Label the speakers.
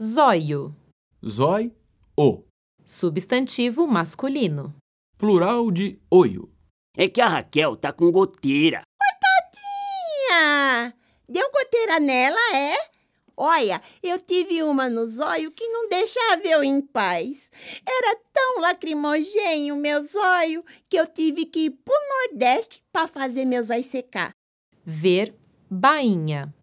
Speaker 1: Zóio.
Speaker 2: Zói, o.
Speaker 1: Substantivo masculino.
Speaker 2: Plural de oio.
Speaker 3: É que a Raquel tá com goteira.
Speaker 4: Ah, deu goteira nela, é? Olha, eu tive uma no zóio que não deixava eu em paz. Era tão lacrimogênio meu zóio que eu tive que ir pro Nordeste para fazer meu zóio secar.
Speaker 1: Ver bainha.